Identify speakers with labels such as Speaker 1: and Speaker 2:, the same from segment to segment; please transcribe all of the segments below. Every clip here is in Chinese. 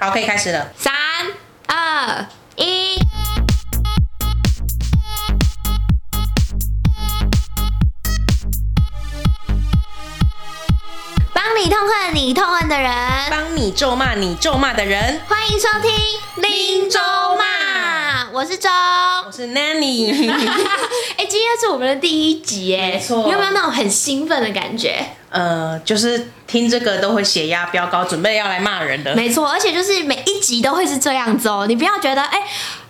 Speaker 1: 好，可以开始了。
Speaker 2: 三二一，帮你痛恨你痛恨的人，
Speaker 1: 帮你咒骂你咒骂的人，
Speaker 2: 欢迎收听《林州骂》，我是 周。
Speaker 1: 我是 Nanny。
Speaker 2: 哎、今天是我们的第一集耶，
Speaker 1: 没错
Speaker 2: 你有没有那种很兴奋的感觉？
Speaker 1: 呃，就是听这个都会血压飙高，准备要来骂 人的。
Speaker 2: 没错，而且就是每一集都会是这样子哦，你不要觉得哎、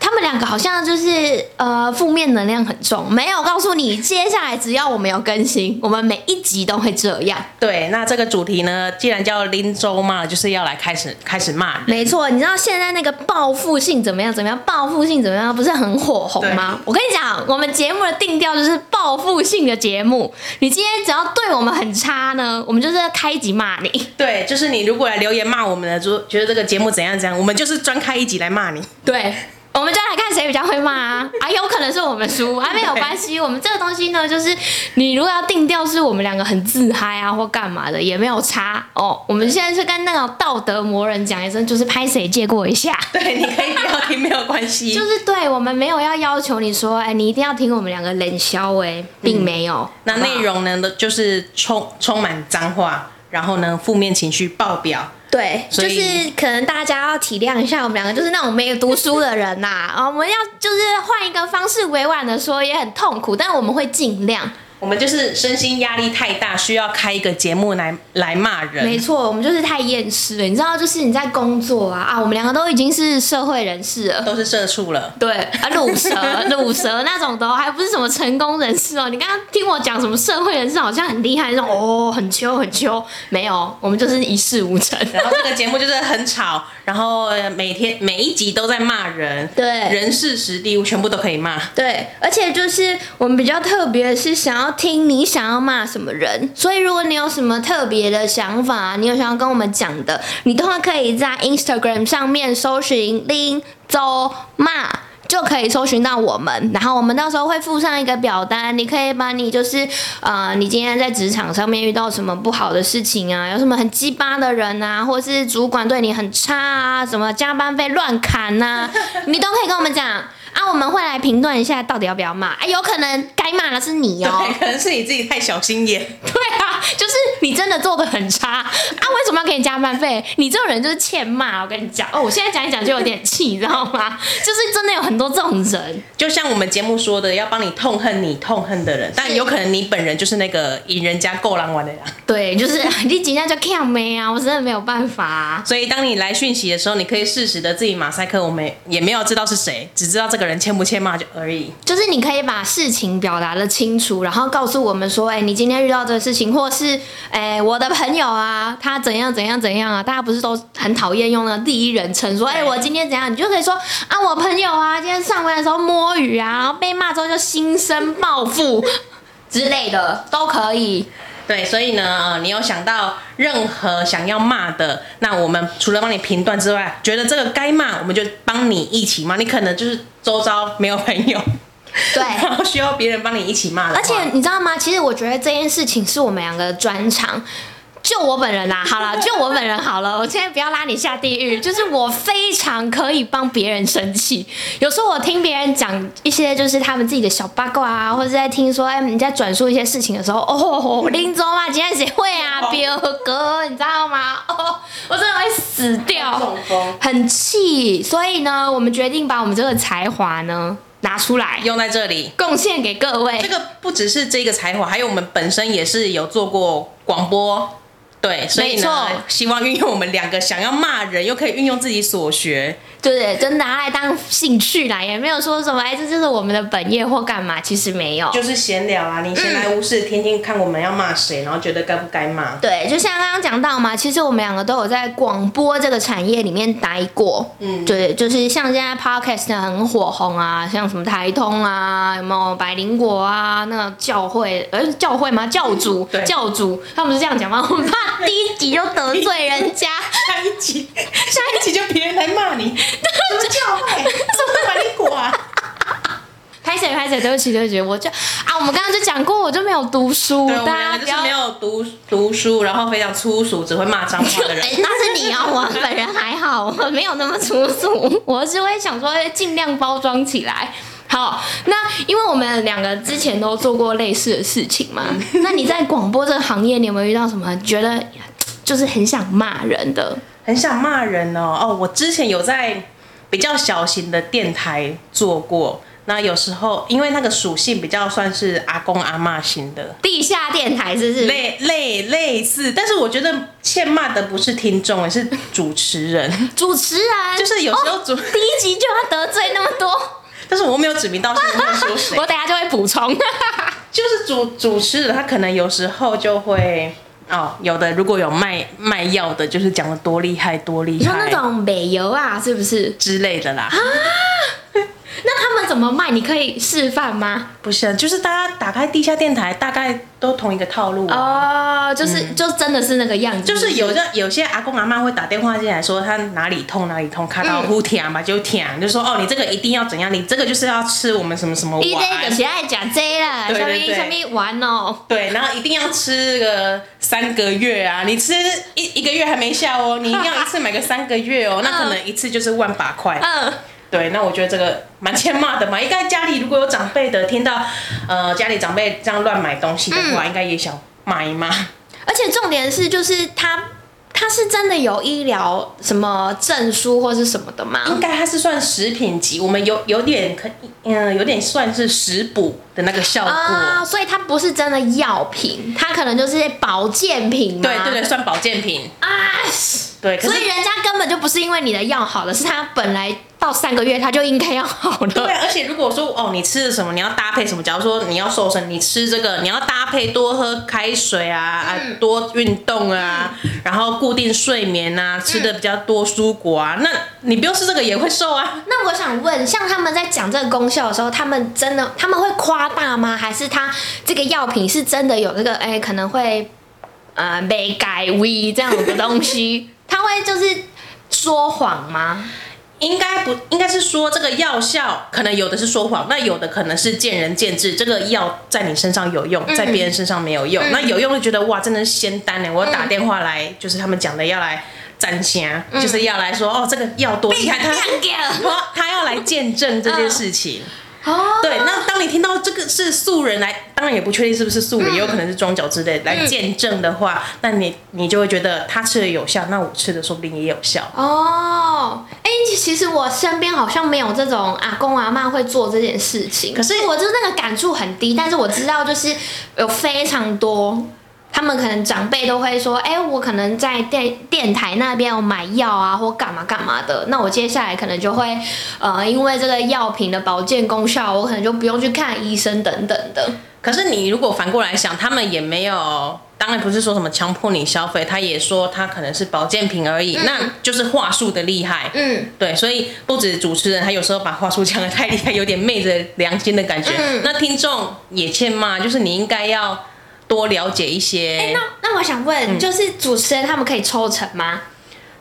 Speaker 2: 他们两个好像就是呃负面能量很重，没有告诉你，接下来只要我们有更新，我们每一集都会这样。
Speaker 1: 对，那这个主题呢，既然叫林州骂，就是要来开始开始骂人。
Speaker 2: 没错，你知道现在那个报复性怎么样？怎么样？报复性怎么样？不是很火红吗？我跟你讲，我们节目的定调就是报复性的节目。你今天只要对我们很差呢，我们就是要开一集骂你。
Speaker 1: 对，就是你如果来留言骂我们的，就觉得这个节目怎样怎样，我们就是专开一集来骂你。
Speaker 2: 对，我们就来看谁比较会骂啊！啊，有可能是我们输啊，没有
Speaker 1: 对
Speaker 2: 关系。我们这个东西呢，就是你如果要定调是我们两个很自嗨啊，或干嘛的，也没有差哦。我们现在是跟那种道德魔人讲一声，就是拍谁借过一下。
Speaker 1: 对，你可以不要听，没有关系。
Speaker 2: 就是对我们没有要要求你说，哎、你一定要听我们两个冷笑，哎，并没有。
Speaker 1: 嗯那
Speaker 2: 好不好
Speaker 1: 内容呢，都就是充充满脏话，然后呢，负面情绪爆表。
Speaker 2: 对，
Speaker 1: 所
Speaker 2: 就
Speaker 1: 以
Speaker 2: 是可能大家要体谅一下我们两个，就是那种没有读书的人呐、啊，我们要就是换一个方式委婉的说，也很痛苦，但我们会尽量。
Speaker 1: 我们就是身心压力太大，需要开一个节目来来骂人
Speaker 2: 没。错，我们就是太厌世了，你知道，就是你在工作啊啊，我们两个都已经是社会人士了。
Speaker 1: 都是社畜了，
Speaker 2: 对啊，卤 蛇、卤蛇那种的哦，还不是什么成功人士哦。你刚刚听我讲什么社会人士，好像很厉害那种哦，很秋很秋，没有，我们就是一事无成。
Speaker 1: 然后这个节目就是很吵， 然后呃每天每一集都在骂人，
Speaker 2: 对
Speaker 1: 人事实地全部都可以骂。
Speaker 2: 对，而且就是我们比较特别的是想要听你想要骂什么人，所以如果你有什么特别的想法，你有想要跟我们讲的，你都会可以在 Instagram 上面搜寻“林周骂”。就可以搜寻到我们，然后我们到时候会附上一个表单，你可以把你就是呃，你今天在职场上面遇到什么不好的事情啊，有什么很鸡巴的人啊，或是主管对你很差啊，什么加班费乱砍呐、你都可以跟我们讲啊，我们会来评断一下到底要不要骂。哎、有可能该骂的是你哦、
Speaker 1: 对，可能是你自己太小心眼。
Speaker 2: 对啊，就是你真的做的很差啊！为什么要给你加班费？你这种人就是欠骂，我跟你讲哦。我现在讲一讲就有点气， 你知道吗？就是真的有很多这种人，
Speaker 1: 就像我们节目说的，要帮你痛恨你痛恨的人，但有可能你本人就是那个引人家够狼玩的人。
Speaker 2: 对，就是 你今天就 c 妹啊，我真的没有办法、啊。
Speaker 1: 所以当你来讯息的时候，你可以适时的自己马赛克，我们也没有知道是谁，只知道这个人欠不欠骂就而已。
Speaker 2: 就是你可以把事情表达的清楚，然后告诉我们说，哎、你今天遇到这个事情，或是哎、我的朋友啊，他怎样怎样怎样啊，大家不是都很讨厌用那个第一人称说，哎、我今天怎样，你就可以说啊，我朋友啊，今天上班的时候摸鱼啊，然后被骂之后就心生报复之类的，都可以。
Speaker 1: 对，所以呢，呃你有想到任何想要骂的，那我们除了帮你评断之外，觉得这个该骂，我们就帮你一起骂。你可能就是周遭没有朋友，
Speaker 2: 对，
Speaker 1: 然后需要别人帮你一起骂的话，
Speaker 2: 而且你知道吗？其实我觉得这件事情是我们两个的专长。就我本人啦、 好啦，就我本人好了，我现在不要拉你下地狱。就是我非常可以帮别人生气，有时候我听别人讲一些就是他们自己的小八卦啊，或者在听说哎你在转述一些事情的时候，哦，林州嘛，今天谁会啊，彪哥，你知道吗？哦，我真的会死掉。
Speaker 1: 中风
Speaker 2: 很气，所以呢，我们决定把我们这个才华呢拿出来，
Speaker 1: 用在这里。
Speaker 2: 贡献给各位
Speaker 1: 这。个不只是这个才华，还有我们本身也是有做过广播，对，所以
Speaker 2: 没错
Speaker 1: 呢，希望运用我们两个想要骂人，又可以运用自己所学，
Speaker 2: 对，真拿来当兴趣啦，也没有说什么哎，这就是我们的本业或干嘛，其实没有。
Speaker 1: 就是闲聊啊。你闲来
Speaker 2: 嗯
Speaker 1: 无事，听听看我们要骂谁，然后觉得该不该骂。
Speaker 2: 对，就像刚刚讲到嘛，其实我们两个都有在广播这个产业里面待过。
Speaker 1: 嗯
Speaker 2: 对，就是像现在 podcast 很火红啊，像什么台通啊，有没有百灵果啊，那个教会，呃，教会吗？教主
Speaker 1: 对，
Speaker 2: 教主，他们是这样讲吗？我们怕第一集就得罪人家。
Speaker 1: 下一集，下一集就别人来骂你，什么教会，什么管理果啊？
Speaker 2: 拍谁拍谁，对不起对不起，我就啊，我我们刚刚就讲过，我就没有读书
Speaker 1: 对，我，们
Speaker 2: 大
Speaker 1: 两个就
Speaker 2: 家不
Speaker 1: 是
Speaker 2: 要
Speaker 1: 没。有读读书，然后非常粗俗，只会骂脏话的人
Speaker 2: 哎。，那是你哦，我本人还好，我没有那么粗俗， 我是会想说尽量包装起来。好，那因为我们两个之前都做过类似的事情嘛， 那你在广播这个行业，你有没有遇到什么觉得就是很想骂人的？
Speaker 1: 很想骂人哦。哦，我之前有在比较小型的电台做过，那有时候因为那个属性比较算是阿公阿嬷型的，
Speaker 2: 地下电台是不是？
Speaker 1: 类类类似，但是我觉得欠骂的不是听众，而是主持人，
Speaker 2: 主持人哦
Speaker 1: 就是有时候主，
Speaker 2: 第一集就要得罪那么多，
Speaker 1: 但是我没有指名道姓我没有说谁，
Speaker 2: 我等一下就会补 充。
Speaker 1: 就是主主持人他可能有时候就会。哦，有的如果有卖卖药的，就是讲的多厉害多厉
Speaker 2: 你说
Speaker 1: 害
Speaker 2: 那种啊美游啊，是不是？
Speaker 1: 之类的啦。
Speaker 2: 那他们怎么卖？你可以示范吗？
Speaker 1: 不是，啊就是大家打开地下电台，大概都同一个套路啊、
Speaker 2: 哦，就是、就真的是那个样子，
Speaker 1: 就是有些有些阿公阿妈会打电话进来说他哪里痛哪里痛，卡
Speaker 2: 嗯
Speaker 1: 到呼疼嘛就疼，就说哦你这个一定要怎样，你这个就是要吃我们什么什么
Speaker 2: 一堆就
Speaker 1: 丸，
Speaker 2: 是爱讲这啦，
Speaker 1: 对
Speaker 2: 下
Speaker 1: 对
Speaker 2: 面
Speaker 1: 对
Speaker 2: 下面玩哦。
Speaker 1: 对，然后一定要吃个三个月啊，你吃一一个月还没效哦，你一定要一次买个三个月哦，那可能一次就是万把块，
Speaker 2: 嗯，
Speaker 1: 对，那我觉得这个蛮欠骂的嘛，应该家里如果有长辈的听到呃家里长辈这样乱买东西的
Speaker 2: 嗯
Speaker 1: 话，应该也想骂一骂，
Speaker 2: 而且重点是，就是他他是真的有医疗什么证书或是什么 的
Speaker 1: 应
Speaker 2: 吗？
Speaker 1: 该它是算食品级，我们有有点可，嗯，有点算是食补的那个效果。
Speaker 2: 啊、所以它不是真的药品，它可能就是保健品嘛。
Speaker 1: 对对对，算保健品。
Speaker 2: 啊，
Speaker 1: 对，可
Speaker 2: 所
Speaker 1: 是
Speaker 2: 以人家根本就不是因为你的药好了，是他本来到三个月他就应该要好
Speaker 1: 对，
Speaker 2: 了。
Speaker 1: 而且如果说哦，你吃的什么，你要搭配什么？假如说你要瘦身，你吃这个，你要搭配多喝开水啊，啊多运动啊，然后固定睡眠啊，吃的比较多蔬果啊，那你不用吃这个也会瘦啊。
Speaker 2: 那我想问，像他们在讲这个功效的时候，他们真的他们会夸大吗？还是他这个药品是真的有那个哎、可能会呃被改微这样的 东西？他会就是说谎吗？
Speaker 1: 应该不应该是说这个药效，可能有的是说谎，那有的可能是见仁见智。这个药在你身上有用，在别人身上没有用。那有用就觉得哇，真的是仙丹呢！我要打电话来，就是他们讲的要来占香，就是要来说哦，这个药多厉害，他他他要来见证这件事情。
Speaker 2: 哦，
Speaker 1: 对，那当你听到这个是素人来，当然也不确定是不是素人，也有可能是装脚之类来见证的话，那你你就会觉得他吃的有效，那我吃的说不定也有效。
Speaker 2: 哦，哎、其实我身边好像没有这种阿公阿嬷会做这件事情，
Speaker 1: 可是
Speaker 2: 我就是那个感触很低，但是我知道就是有非常多。他们可能长辈都会说：“哎、我可能在电电台那边有买药啊，或干嘛干嘛的。那我接下来可能就会，呃，因为这个药品的保健功效，我可能就不用去看医生等等的。
Speaker 1: 可是你如果反过来想，他们也没有，当然不是说什么强迫你消费，他也说他可能是保健品而已，那就是话术的厉害。
Speaker 2: 嗯，
Speaker 1: 对，所以不止主持人，他有时候把话术讲的太厉害，有点昧着良心的感觉。
Speaker 2: 嗯
Speaker 1: 那听众也欠骂，就是你应该要多了解一些。
Speaker 2: 哎那那我想问，就是主持人他们可以抽成吗？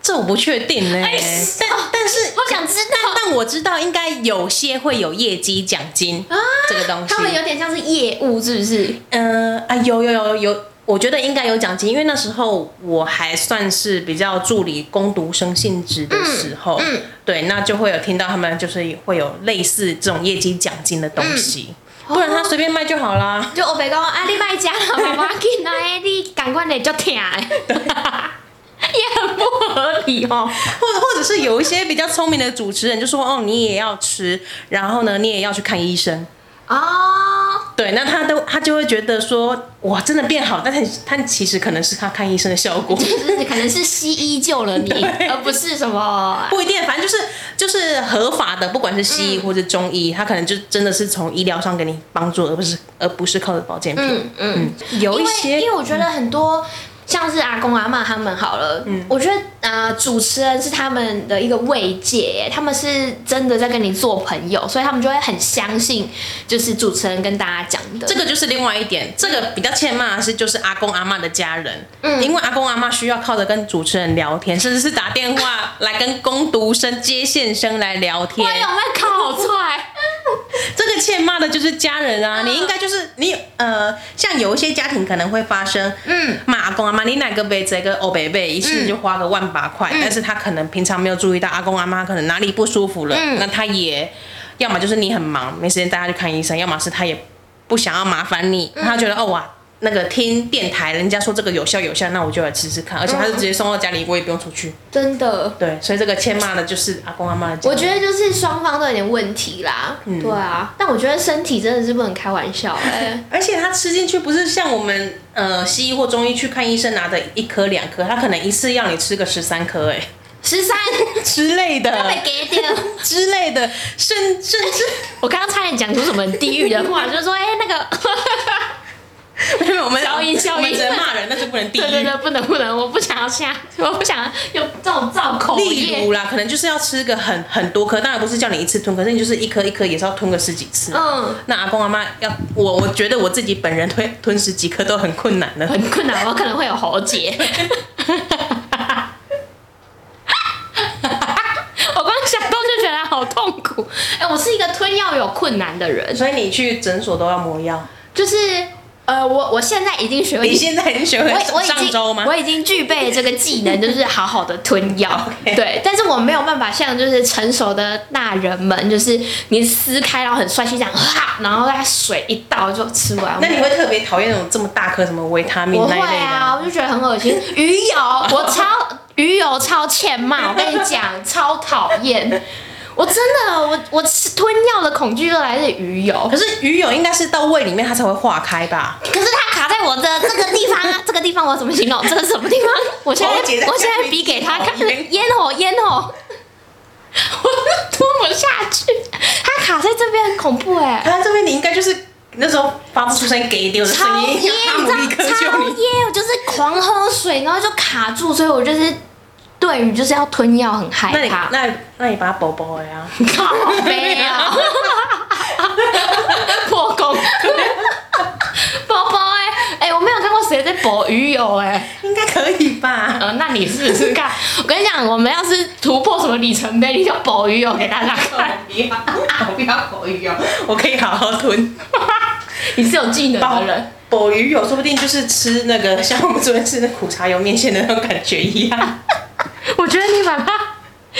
Speaker 1: 这我不确定呢、
Speaker 2: 哎
Speaker 1: 但但是
Speaker 2: 我想知道。
Speaker 1: 但我知道应该有些会有业绩奖金、这个东西。
Speaker 2: 他们有点像是业务，是不是？
Speaker 1: 嗯啊，有有有有，我觉得应该有奖金，因为那时候我还算是比较助理攻读生性质的时候，
Speaker 2: 嗯嗯
Speaker 1: 对，那就会有听到他们就是会有类似这种业绩奖金的东西，
Speaker 2: 嗯
Speaker 1: 不然他随便卖就好啦。
Speaker 2: 就我白讲，啊，你卖家 了，爸爸紧来，你赶快来就疼的，也很不合理
Speaker 1: 或
Speaker 2: 哦。
Speaker 1: 或者是有一些比较聪明的主持人就说，哦，你也要吃，然后呢，你也要去看医生。
Speaker 2: 哦，
Speaker 1: 对，那他都他就会觉得说，哇，真的变好，但是他其实可能是他看医生的效果。
Speaker 2: 就是 可能是西医救了你，而不是什么。
Speaker 1: 不一定，反正就是就是合法的，不管是西医或者中医，他可能就真的是从医疗上给你帮助，而不是而不是靠着保健品。
Speaker 2: 嗯嗯，
Speaker 1: 有
Speaker 2: 因
Speaker 1: 一
Speaker 2: 为
Speaker 1: 些
Speaker 2: 因为我觉得很多。像是阿公阿嬷他们好了，
Speaker 1: 嗯
Speaker 2: 我觉得呃，主持人是他们的一个慰藉耶，他们是真的在跟你做朋友，所以他们就会很相信，就是主持人跟大家讲的。
Speaker 1: 这个就是另外一点，这个比较欠骂的是就是阿公阿妈的家人，因为阿公阿妈需要靠着跟主持人聊天，甚至是打电话来跟工读生、接线生来聊天
Speaker 2: 我。有没有考出来？
Speaker 1: 这个欠骂的就是家人啊，你应该就是你呃，像有一些家庭可能会发生，嗯，妈阿公阿妈，你哪个辈这个欧北辈一次就花个万把块，但是他可能平常没有注意到阿公阿妈可能哪里不舒服了，那他也要么就是你很忙没时间带他去看医生，要么是他也不想要麻烦你，他觉得哦哇。那个听电台，人家说这个有效有效，那我就来吃吃看。而且他是直接送到家里，我也不用出去。
Speaker 2: 真的。
Speaker 1: 对，所以这个欠骂的就是阿公阿妈的家人。
Speaker 2: 我觉得就是双方都有点问题啦，对啊，但我觉得身体真的是不能开玩笑哎、
Speaker 1: 而且它吃进去不是像我们呃西医或中医去看医生拿的一颗两颗，它可能一次要你吃个十三颗哎
Speaker 2: 十三
Speaker 1: 之类
Speaker 2: 会
Speaker 1: 的
Speaker 2: 给点，
Speaker 1: 之类的，甚甚至
Speaker 2: 我刚刚差点讲出什么很地狱的 话，就是说哎、那个，
Speaker 1: 没有我们
Speaker 2: 消音消
Speaker 1: 我
Speaker 2: 音
Speaker 1: 们只能骂人，那就不能地
Speaker 2: 对对
Speaker 1: 狱。
Speaker 2: 对，不能不能，我不想要下，我不想有这种造口
Speaker 1: 例
Speaker 2: 业
Speaker 1: 如。啦，可能就是要吃个很很多颗，当然不是叫你一次吞，可是你就是一颗一颗也是要吞个十几次。
Speaker 2: 嗯，
Speaker 1: 那阿公阿妈要我，我觉得我自己本人吞吞十几颗都很困难了。
Speaker 2: 很困难，我可能会有喉结。 我光想到就觉得好痛苦。哎、我是一个吞药有困难的人，
Speaker 1: 所以你去诊所都要磨药。
Speaker 2: 就是呃，我我现在已经学会
Speaker 1: 你现在已经学会
Speaker 2: 我我已
Speaker 1: 上
Speaker 2: 经
Speaker 1: 周吗？
Speaker 2: 我已经具备这个技 能，就是好好的吞药。对，但是我没有办法像就是成熟的大人们，就是你撕开然后很帅气这样，哈，然后再水一倒就吃完。
Speaker 1: 那你会特别讨厌那种这么大颗什么维他命
Speaker 2: 我
Speaker 1: 那
Speaker 2: 会
Speaker 1: 一类的吗？
Speaker 2: 啊，我就觉得很恶心。鱼油，我超鱼油超欠骂，我跟你 讲，超讨厌。我真的，我我吃吞药的恐惧就来自鱼油，
Speaker 1: 可是鱼油应该是到胃里面它才会化开吧？
Speaker 2: 可是它卡在我的这个地方 啊，这个地方我怎么形容？这是什么地方？我现在
Speaker 1: 喉结在
Speaker 2: 我现在比给他看，
Speaker 1: 咽喉
Speaker 2: 咽喉咽喉，我吞不下去，它卡在这边很恐怖哎、
Speaker 1: 它这边你应该就是那时候发不出声音给丢的
Speaker 2: 超
Speaker 1: 声
Speaker 2: 噎，
Speaker 1: 音，
Speaker 2: 你
Speaker 1: 让哈
Speaker 2: 知道
Speaker 1: 姆立刻
Speaker 2: 超
Speaker 1: 救你。
Speaker 2: 噎，我就是狂喝水，然后就卡住，所以我就是对于就是要吞药很害
Speaker 1: 那你
Speaker 2: 怕。
Speaker 1: 那那你把它薄薄的呀、
Speaker 2: 靠背啊， 破 功，包包哎哎，我没有看过谁在博鱼友哎、
Speaker 1: 应该可以吧？
Speaker 2: 呃，那你试试看。我跟你讲，我们要是突破什么里程碑，你就保鱼友给大家看。
Speaker 1: 不 要，我不要薄
Speaker 2: 哦
Speaker 1: 鱼油，我可以好好吞。
Speaker 2: 你是有技能
Speaker 1: 薄
Speaker 2: 的人，
Speaker 1: 薄鱼油说不定就是吃那个像我们昨天吃那苦茶油面线的那种感觉一样。
Speaker 2: 我觉得你把它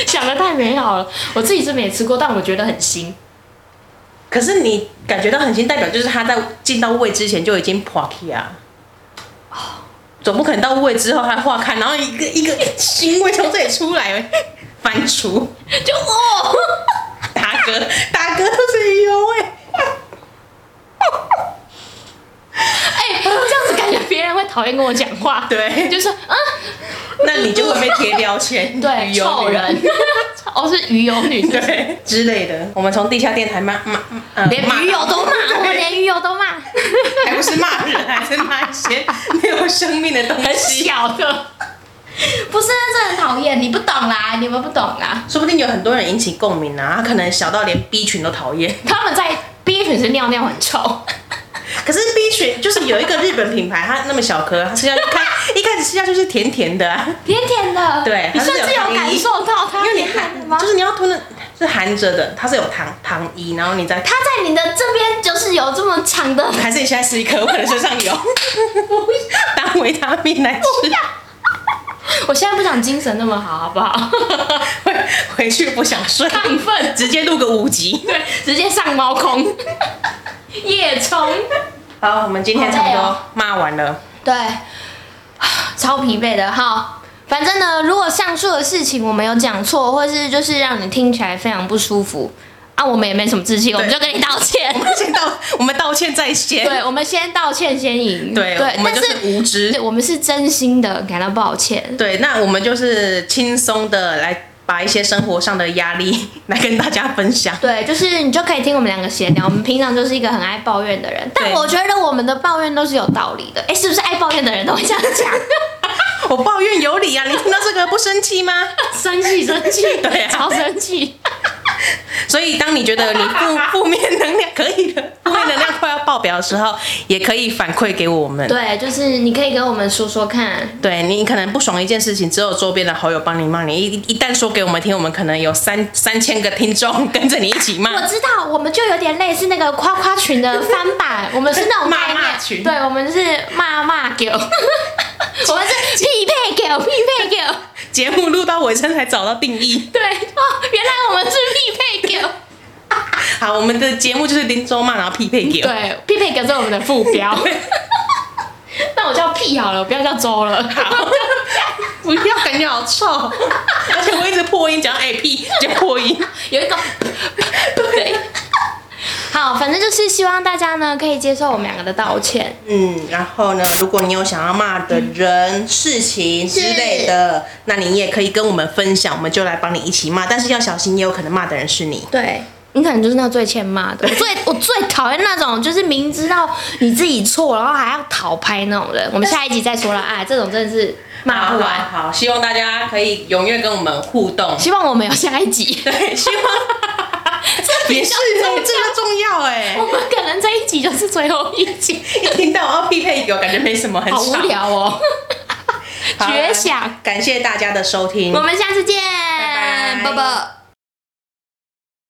Speaker 2: 想的太美好了。我自己是没吃过，但我觉得很新。
Speaker 1: 可是你感觉到很新，代表就是它在进到胃之前就已经破气啊。总不可能到胃之后它化开，然后一个一个腥味从这里出来，反刍。
Speaker 2: 就哦，
Speaker 1: 打嗝，打嗝都是鱼油欸味。
Speaker 2: 哎、这样子感觉别人会讨厌跟我讲话。
Speaker 1: 对
Speaker 2: 就说啊，
Speaker 1: 那你就会被贴标签，
Speaker 2: 对，
Speaker 1: 鱼油
Speaker 2: 臭
Speaker 1: 女
Speaker 2: 人， 哦，是鱼油女，
Speaker 1: 对之类的。我们从地下电台骂骂，呃
Speaker 2: 连
Speaker 1: 骂
Speaker 2: 鱼油都骂，我们连鱼油都骂，
Speaker 1: 还不是骂人，还是骂一些没有生命的东
Speaker 2: 很
Speaker 1: 西。
Speaker 2: 小 的。不是，这很讨厌，你不懂啦，你们不懂啦。
Speaker 1: 说不定有很多人引起共鸣啊，他可能小到连 B 群都讨厌。
Speaker 2: 他们在 B 群是尿尿很臭，
Speaker 1: 可是 B 群就是有一个日本品牌，它那么小颗，它吃下去 开一开始吃下去是甜甜的、啊，
Speaker 2: 甜甜的。
Speaker 1: 对
Speaker 2: 你
Speaker 1: 它是
Speaker 2: 甚
Speaker 1: 有
Speaker 2: 至有
Speaker 1: 抗
Speaker 2: 感
Speaker 1: 议
Speaker 2: 受到它
Speaker 1: 因为你
Speaker 2: 甜甜的
Speaker 1: 含
Speaker 2: 吗
Speaker 1: 就？是你要吞哦的是含着的，它是有糖糖衣，然后你再
Speaker 2: 它在你的这边就是有这么长的，
Speaker 1: 还是你现在吃一颗，我可能身上有当维他命来吃，
Speaker 2: 我现在不想精神那么好，好不好？
Speaker 1: 回回去不想睡，
Speaker 2: 亢奋，
Speaker 1: 直接录个五集。
Speaker 2: 对，直接上猫空， 夜冲，
Speaker 1: 好，我哦们今天差不多骂完了，
Speaker 2: 对， 超疲惫的哈。反正呢，如果上述的事情我们有讲错，或是就是让你听起来非常不舒服，啊，我们也没什么自信，我们就跟你道歉
Speaker 1: 我。们 先道我们道歉在先，
Speaker 2: 对，我们先道歉，先赢。
Speaker 1: 对，
Speaker 2: 对，
Speaker 1: 我们
Speaker 2: 但
Speaker 1: 就是是无知
Speaker 2: 对，，我们是真心的感到抱歉。
Speaker 1: 对，那我们就是轻松的来把一些生活上的压力来跟大家分 享。
Speaker 2: 对，就是你就可以听我们两个闲聊。我们平常就是一个很爱抱怨的人，但
Speaker 1: 对
Speaker 2: 我觉得我们的抱怨都是有道理的。哎，是不是爱抱怨的人都会这样讲？
Speaker 1: 我抱怨有理啊，你听到这个不生气 吗？
Speaker 2: 生气，生 气，
Speaker 1: 对啊
Speaker 2: 超生气。
Speaker 1: 所以当你觉得你负负面能量可以的，负面能量快要爆报表的时候，也可以反馈给我们。
Speaker 2: 对，就是你可以跟我们说说看。
Speaker 1: 对你可能不爽一件事情，只有周边的好友帮你骂你。一一旦说给我们听，我们可能有三三千个听众跟着你一起
Speaker 2: 我
Speaker 1: 骂。
Speaker 2: 知道，我们就有点类似那个夸夸群的翻版，我们是那种概念
Speaker 1: 骂骂群
Speaker 2: 对，我们是骂骂 狗，我们是匹配狗，匹配狗，
Speaker 1: 节目录到尾声才找到定义。
Speaker 2: 对哦，原来我们是匹配狗，
Speaker 1: 好，我们的节目就是林州骂，然后匹配给我。
Speaker 2: 对，匹配狗是我们的副 标。那我叫屁好了，我不要叫周了。
Speaker 1: 好，不要感觉好臭， 而且我一直破音讲 A P 就破音。
Speaker 2: 有一个对。好，反正就是希望大家呢可以接受我们两个的道歉。
Speaker 1: 嗯，然后呢，如果你有想要骂的人、事情之类的，那你也可以跟我们分享，我们就来帮你一起骂。但是要小心，也有可能骂的人是你。
Speaker 2: 对。你可能就是那个最欠骂的，我最我最讨厌那种就是明知道你自己错，然后还要讨拍那种人。我们下一集再说了啊，这种真的是骂不完。
Speaker 1: 好，好希望大家可以踊跃跟我们互动。
Speaker 2: 希望我们有下一集，
Speaker 1: 对，希望
Speaker 2: 这
Speaker 1: 也
Speaker 2: 比
Speaker 1: 是
Speaker 2: 较
Speaker 1: 哦，
Speaker 2: 重
Speaker 1: 这个重要哎
Speaker 2: 我。们可能这一集就是最后一集，
Speaker 1: 一听到我要匹配给我，感觉没什么，很
Speaker 2: 好无
Speaker 1: 少。
Speaker 2: 聊 哦。
Speaker 1: 好
Speaker 2: 绝响！
Speaker 1: 感谢大家的收听
Speaker 2: 我。们下次见，
Speaker 1: 拜拜
Speaker 2: 啵啵。